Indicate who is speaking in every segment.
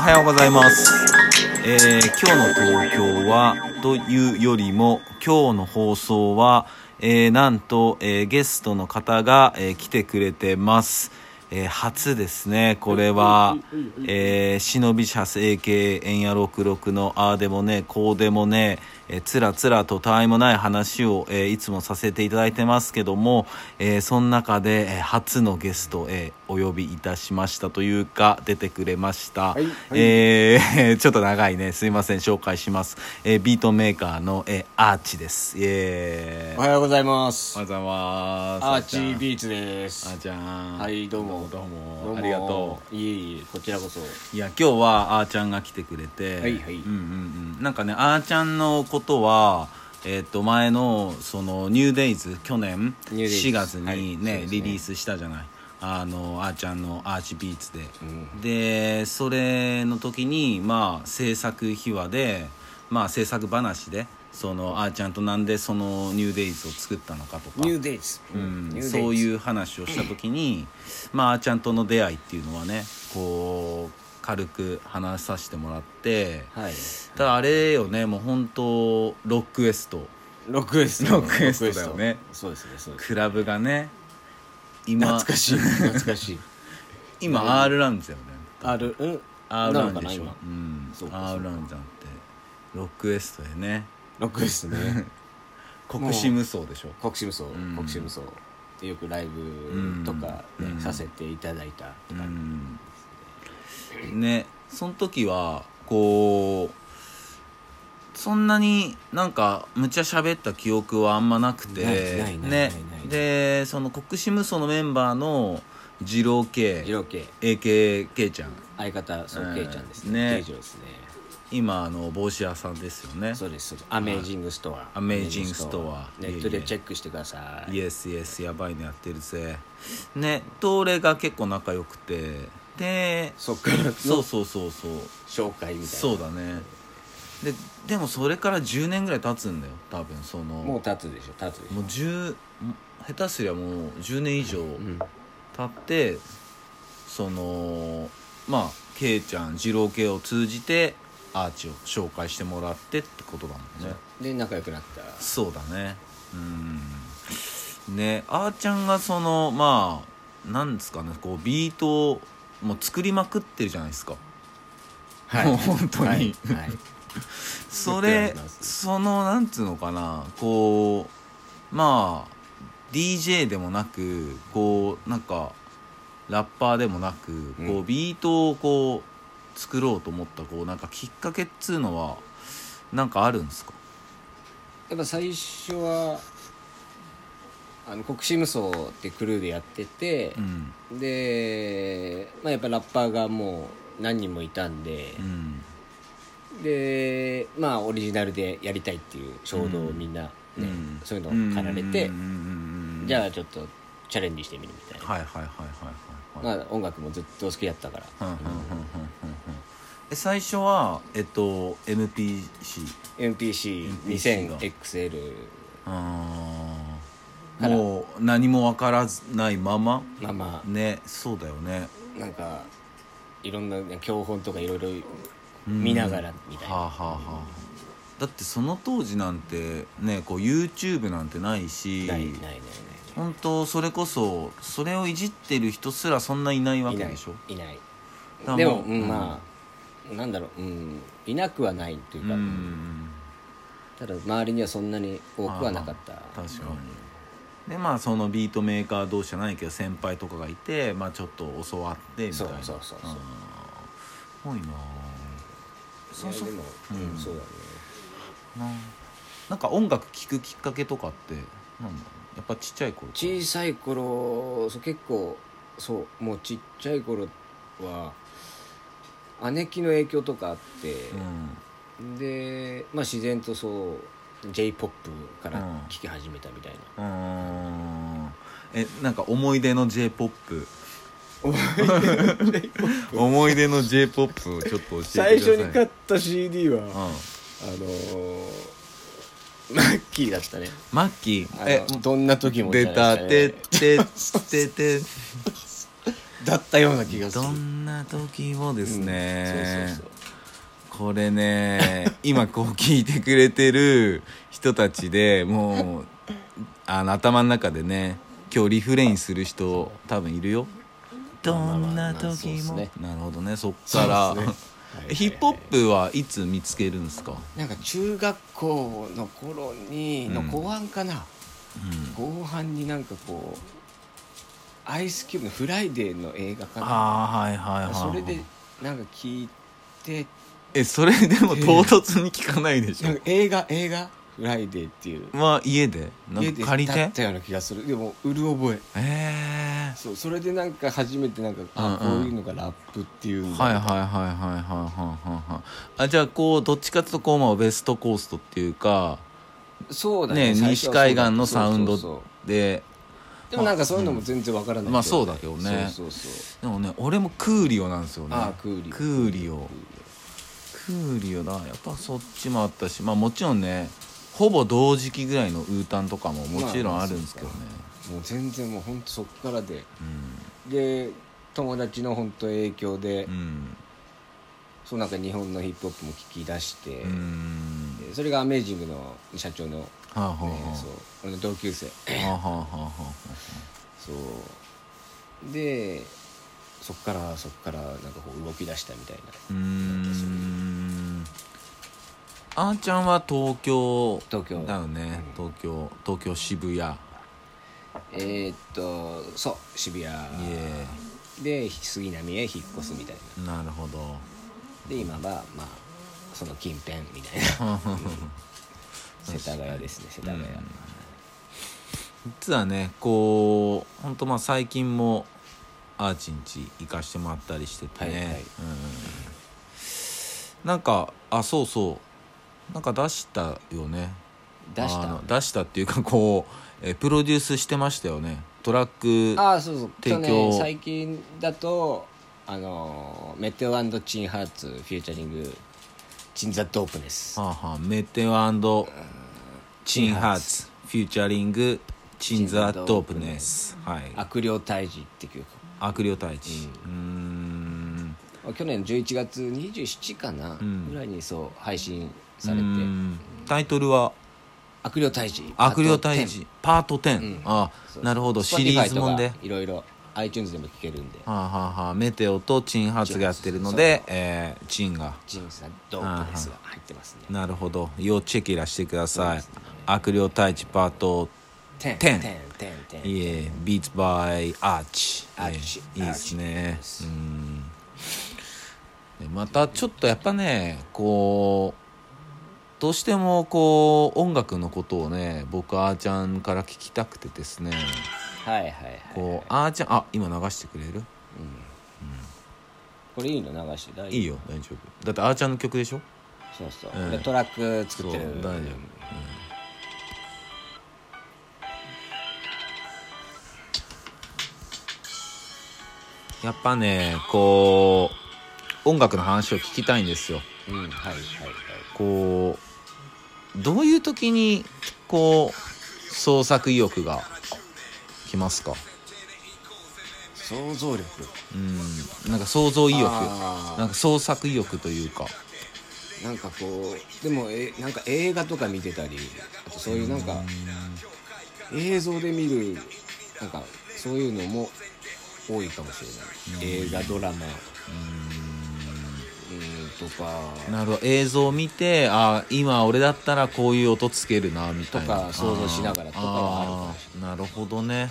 Speaker 1: はようございます、えー今日の東京はというよりも今日の放送は、えーなんと、えーゲストの方が、えー来てくれてます、えー初ですねこれは、えー、忍び者整形円や66のああでもねこうでもね、えーつらつらとたわいもない話を、えーいつもさせていただいてますけども、えーその中で、えー初のゲスト、えーお呼びいたしましたというか出てくれました、
Speaker 2: はいはい
Speaker 1: えー ちょっと長いねすいません紹介します、えービートメーカーの、えーアーチですイエーイ
Speaker 2: おはようございます
Speaker 1: おはようございます
Speaker 2: アーチー
Speaker 1: ー
Speaker 2: ビーツで
Speaker 1: あー
Speaker 2: す
Speaker 1: ちゃん
Speaker 2: はいどうも
Speaker 1: どうも
Speaker 2: どうも
Speaker 1: ありがとう
Speaker 2: ういえいえこちらこそ
Speaker 1: いや今日はあーちゃんが来てくれて、
Speaker 2: はいはい
Speaker 1: うんうんうん、なんかねあーちゃんのことは、えっと前のそのニューデイズ去年
Speaker 2: New Days
Speaker 1: 4月にね,、
Speaker 2: はいそうですね
Speaker 1: リリースしたじゃないあのあーちゃんのアーチビーツで、
Speaker 2: うん
Speaker 1: でそれの時にまあ制作秘話でまあ制作話でそのあーちゃんとなんでそのニューデイズを作ったのかとか
Speaker 2: ニューデイズ
Speaker 1: うん、そう
Speaker 2: う
Speaker 1: いう話をした時に、まあ、あーちゃんとの出会いっていうのはねこう軽く話させてもらって
Speaker 2: はい
Speaker 1: ただあれよねもう本当ロックウエスト
Speaker 2: ロックエスト
Speaker 1: ロックエストだよね
Speaker 2: ロックエストそうですねそうです
Speaker 1: クラブがね今
Speaker 2: 懐かしい懐 かしい
Speaker 1: 今 R ラウンジだよね
Speaker 2: R うん
Speaker 1: R ラ
Speaker 2: な
Speaker 1: ウ
Speaker 2: の
Speaker 1: ン
Speaker 2: か
Speaker 1: ジ
Speaker 2: な
Speaker 1: でしょ
Speaker 2: 今、
Speaker 1: うん
Speaker 2: そう、かそう
Speaker 1: R
Speaker 2: か
Speaker 1: ラウンジなんてロックウエストでね
Speaker 2: ロックエスト ね
Speaker 1: 国士無双でしょ
Speaker 2: 国士無双
Speaker 1: ん
Speaker 2: 国士無双でよくライブとかね
Speaker 1: うん
Speaker 2: させていただいたって
Speaker 1: う
Speaker 2: 感
Speaker 1: んねその時はこうそんなになんかむちゃ喋った記憶はあんまなくて
Speaker 2: ないないない
Speaker 1: ね
Speaker 2: ないない
Speaker 1: でその国士無双のメンバーの二郎
Speaker 2: じ
Speaker 1: 系
Speaker 2: 二郎系
Speaker 1: AKK ちゃん
Speaker 2: 相方そう
Speaker 1: うん
Speaker 2: ケイちゃんです
Speaker 1: ね
Speaker 2: ねケイジロですね
Speaker 1: 今あの帽子屋さんですよね
Speaker 2: そうですそうですアメージングストア
Speaker 1: アメージングストア
Speaker 2: ネットでチェックしてください
Speaker 1: イエスイエスやばいのやってるぜねと俺が結構仲良くてで
Speaker 2: そっからの
Speaker 1: そうそうそうそう
Speaker 2: 紹介みたいな
Speaker 1: そうだねででもそれから10年ぐらい経つんだよ多分その
Speaker 2: もう
Speaker 1: も
Speaker 2: 立つでしょ立つでし
Speaker 1: う10下手すりゃもう10年以上
Speaker 2: ょうん
Speaker 1: 経って、そのまあケイちゃん二郎系を通じてアーチを紹介してもらってってことだもんね
Speaker 2: で仲良くなった
Speaker 1: そうだねうんねあーちゃんがそのまあなんですかねこうビートをもう作りまくってるじゃないですかもう本当に
Speaker 2: はいはい
Speaker 1: そ
Speaker 2: 言っ
Speaker 1: れ
Speaker 2: てあります
Speaker 1: そのなんつうのかなこうまあ DJ でもなくこうなんかラッパーでもなく、
Speaker 2: うん
Speaker 1: こうビートをこう作ろうと思ったこうなんかきっかけっつうのはなんかあるんですか
Speaker 2: やっぱ最初はあの国士無双ってクルーでやってて
Speaker 1: うん
Speaker 2: でまあやっぱラッパーがもう何人もいたんで
Speaker 1: うん
Speaker 2: でまあオリジナルでやりたいっていう衝動をみんなね
Speaker 1: うん
Speaker 2: そういうのを駆られて
Speaker 1: うんうんうんうん
Speaker 2: じゃあちょっとチャレンジしてみるみたいな
Speaker 1: はいはいはいはいはいはい
Speaker 2: まあ、音楽もずっと好きだったから、
Speaker 1: うんうんうんうんうんうんえ最初はえっと MPC
Speaker 2: MPC2000XL
Speaker 1: あー
Speaker 2: から
Speaker 1: もう何もわからずないまま
Speaker 2: まあま
Speaker 1: ねそうだよね
Speaker 2: あなんかいろんなね教本とかいろいろ見ながらみたい
Speaker 1: はあ
Speaker 2: な、
Speaker 1: はあはあだってその当時なんてねこう YouTube なんてないし
Speaker 2: ないないないない
Speaker 1: 本当それこそそれをいじってる人すらそんないないわ
Speaker 2: い
Speaker 1: け
Speaker 2: ない
Speaker 1: でしょ
Speaker 2: いない
Speaker 1: だから
Speaker 2: で
Speaker 1: も
Speaker 2: も、
Speaker 1: う
Speaker 2: うんまあなんだろう、うん、いなくはないという
Speaker 1: うん
Speaker 2: か、
Speaker 1: うん
Speaker 2: ただ周りにはそんなに多くはなかった
Speaker 1: 確かにでまあそのビートメーカー同士じゃないけど先輩とかがいてまあちょっと教わってみたいな
Speaker 2: そうそうそうそう
Speaker 1: あーすごいなあそうそう
Speaker 2: いやでも、うんそうだね
Speaker 1: ななんか音楽聴くきっかけとかってなんだろうやっぱちっちゃい頃
Speaker 2: 小さい頃そう結構そうもうちっちゃい頃は姉貴の影響とかあって、
Speaker 1: うん
Speaker 2: で、まあ、自然とそう j p o p から
Speaker 1: うん
Speaker 2: 聴き始めたみたいな、
Speaker 1: うーんえなんか思い出の j p o p 思い出の j p o p をちょっと教えてください
Speaker 2: 最初に買った CD は、あ
Speaker 1: うん
Speaker 2: のーマッキーだったね
Speaker 1: マッキー
Speaker 2: あの
Speaker 1: え
Speaker 2: どんな時もじゃ
Speaker 1: 出
Speaker 2: ない
Speaker 1: た
Speaker 2: で
Speaker 1: て
Speaker 2: すかね
Speaker 1: ててて
Speaker 2: だったような気がする
Speaker 1: どんな時もです
Speaker 2: うん
Speaker 1: ね、
Speaker 2: そうそう
Speaker 1: これね 今こう聞いてくれてる人たちでもうあの頭の中でね今日リフレインする人多分いるよどんな時
Speaker 2: まあまあまあそ
Speaker 1: も、
Speaker 2: うです
Speaker 1: なるほどねそっ
Speaker 2: そう
Speaker 1: から、
Speaker 2: そうですねは い
Speaker 1: ヒップホップはいつ見つけるんですか、
Speaker 2: なんか中学校の頃にの
Speaker 1: うん
Speaker 2: 後半かな、
Speaker 1: うん
Speaker 2: 後半になんかこうアイスキューブの「フライデー」の映画かな
Speaker 1: ああはいはいはい
Speaker 2: それでなんか聞いて
Speaker 1: えそれでも唐突に聞かないでしょ、
Speaker 2: なんか映画映画「フライデー」っていう
Speaker 1: まあ家でなん
Speaker 2: 家で
Speaker 1: か借り
Speaker 2: だ
Speaker 1: て
Speaker 2: ったような気がするでも売る覚え
Speaker 1: え
Speaker 2: そうそれでなんか初めてなんか、あ
Speaker 1: うんうん
Speaker 2: こういうのがラップっていう
Speaker 1: え
Speaker 2: んだ
Speaker 1: はいはいはいはいはいはいはいはいあじゃあこうどっちかっていうとこう、まあ、ベストコーストっていうか
Speaker 2: そうだ
Speaker 1: ね
Speaker 2: ね最初
Speaker 1: 西
Speaker 2: はそうだ
Speaker 1: 海岸のサウンド
Speaker 2: そうそう
Speaker 1: で
Speaker 2: そうでもなんかそういうのも全然わからないけどね、
Speaker 1: まあそうだけどね
Speaker 2: そうそうそ
Speaker 1: でもね俺もクーリオなんですよ
Speaker 2: う
Speaker 1: ね
Speaker 2: ああクーリー
Speaker 1: クーリオクーリオだやっぱそっちもあったしまあもちろんねほぼ同時期ぐらいのウータンとかももちろんあるんですけどね、
Speaker 2: もう全然もうほんとそっからで
Speaker 1: うん
Speaker 2: で友達の本当影響で、
Speaker 1: うん
Speaker 2: そうなんか日本のヒップホップも聞き出して、
Speaker 1: うん
Speaker 2: でそれがアメージングの社長の、ね
Speaker 1: はあはあはあ
Speaker 2: そう俺の同級生
Speaker 1: はあはあはあは
Speaker 2: そうでそっからそっからなんかこう動き出したみたいな
Speaker 1: あうーんあーちゃんは東京
Speaker 2: 東京
Speaker 1: だよね東京東京渋谷
Speaker 2: えーっとそう渋谷
Speaker 1: いえ
Speaker 2: で杉並へ引っ越すみたいな
Speaker 1: なるほど
Speaker 2: で今はまあその近辺みたいな世田谷ですね世田谷、
Speaker 1: うん実はねこう本当まあ最近もアーチンチ行かしてもらったりしててね、
Speaker 2: はいはい
Speaker 1: うん、なんかあそうそうなんか出したよね
Speaker 2: 出し
Speaker 1: あ
Speaker 2: た
Speaker 1: の出したっていうかこう、えープロデュースしてましたよねトラック
Speaker 2: ああそうそう
Speaker 1: 提供
Speaker 2: 去年最近だとあのメテオチンハーツフューチャリングチンザドープネス
Speaker 1: はあはあメテオチンハーツフューチャリングチンザ・ドープネスはい
Speaker 2: 悪霊退治って曲
Speaker 1: 悪霊退治うーん
Speaker 2: 去年11月27かな、
Speaker 1: ん
Speaker 2: ぐらいにそう配信されて
Speaker 1: うーんタイトルは
Speaker 2: 悪霊退治
Speaker 1: 悪霊
Speaker 2: あと
Speaker 1: 退
Speaker 2: 10
Speaker 1: 治パート10、
Speaker 2: うん
Speaker 1: あ
Speaker 2: そう
Speaker 1: なるほど
Speaker 2: Spotify
Speaker 1: シリーズもんで
Speaker 2: とかいろいろ iTunes でも聴けるんで
Speaker 1: はあ、はあはあ、メテオとチンハーツがやってるので、
Speaker 2: そ
Speaker 1: えーチンが
Speaker 2: ジンさんドープネスが入ってますね
Speaker 1: なるほど要チェキラしてください、
Speaker 2: そうですね
Speaker 1: 悪霊退治パート
Speaker 2: 10
Speaker 1: 10
Speaker 2: 10 10
Speaker 1: いえビーツバイアーチ
Speaker 2: アーチ
Speaker 1: えーいいですねうんでまたちょっとやっぱねこうどうしてもこう音楽のことをね僕あーちゃんから聞きたくてですね
Speaker 2: はいはいはい
Speaker 1: こうあーちゃんあ今流してくれる
Speaker 2: これいいの流して大丈夫
Speaker 1: いいよ大丈夫だってあーちゃんの曲でしょ
Speaker 2: そうそう、
Speaker 1: うん
Speaker 2: でトラック作って
Speaker 1: そう
Speaker 2: る
Speaker 1: 大丈夫、うんやっぱねこう音楽の話を聞きたいんですよ
Speaker 2: うんはいはいはい
Speaker 1: こうどういう時にこう創作意欲がきますか
Speaker 2: 想像力
Speaker 1: うんなんか想像意欲
Speaker 2: あー
Speaker 1: なんか創作意欲というか
Speaker 2: なんかこうでもえなんか映画とか見てたりあとそういうなんか映像で見るなんかそういうのも多いかもしれない、映画ドラマうんとか
Speaker 1: なるほど映像を見てあ今俺だったらこういう音つけるなみたいな
Speaker 2: とか想像しながらとかはあるかも
Speaker 1: あーなるほどね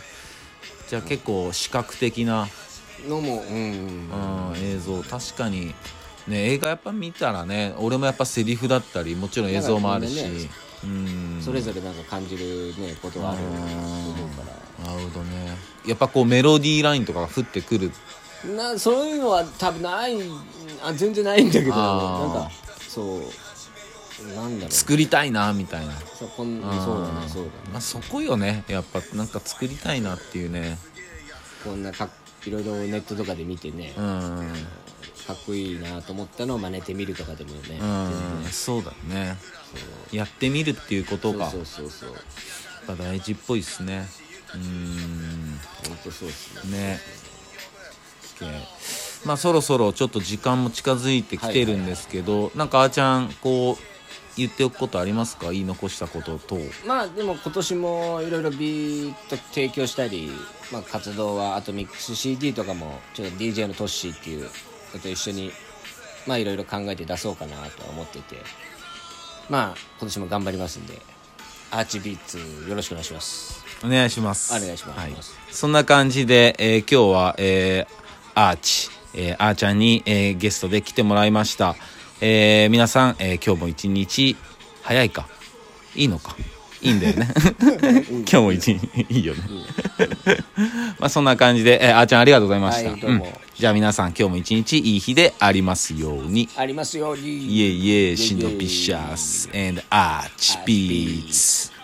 Speaker 1: じゃあ結構視覚的な、
Speaker 2: のもうん
Speaker 1: うん、映像確かにね映画やっぱ見たらね俺もやっぱセリフだったりもちろん映像もあるし、
Speaker 2: なんかね
Speaker 1: うん
Speaker 2: それぞれなんか感じるねことがあると思うから
Speaker 1: なるほどねやっぱこうメロディーラインとかが降ってくる
Speaker 2: なそういうのは多分ないあ全然ないんだけど
Speaker 1: あ
Speaker 2: な
Speaker 1: ー
Speaker 2: んかそうなんだろう
Speaker 1: 作りたいなみたいな
Speaker 2: そうこんそうだねそうだね
Speaker 1: まあ、そこよねやっぱなんか作りたいなっていうね
Speaker 2: こんなかっいろいろネットとかで見てね、
Speaker 1: うん
Speaker 2: かっこいいなと思ったのを真似てみるとかでもね、
Speaker 1: うんそうだねやってみるっていうことがやっ
Speaker 2: そうそうそうそ
Speaker 1: ぱ
Speaker 2: う
Speaker 1: 大事っぽいっすねうーん
Speaker 2: 本当そうですね
Speaker 1: ねしてまあそろそろちょっと時間も近づいてきてるんですけど、なんかあーちゃんこう言っておくことありますか言い残したことと
Speaker 2: まあでも今年もいろいろビート提供したり、まあ、活動はあとミックス CD とかもちょっと DJ のトッシーっていう人と一緒にまあいろいろ考えて出そうかなとは思っていてまあ今年も頑張りますんでアーチビーツよろしくお願いします
Speaker 1: お願いします
Speaker 2: お願いします
Speaker 1: はい、そんな感じで、えー今日は、えーアーチ、えーアーちゃんに、えーゲストで来てもらいました、えー皆さん、えー今日も一日早いかいいのかいいんだよ ね今日も一日いいよね まあそんな感じで、えー、あーちゃんありがとうございました、
Speaker 2: はいどうも
Speaker 1: んじゃあ皆さん今日も一日いい日でありますように
Speaker 2: ありますように
Speaker 1: イエイイエイシンドピッシャース and アーチビーツ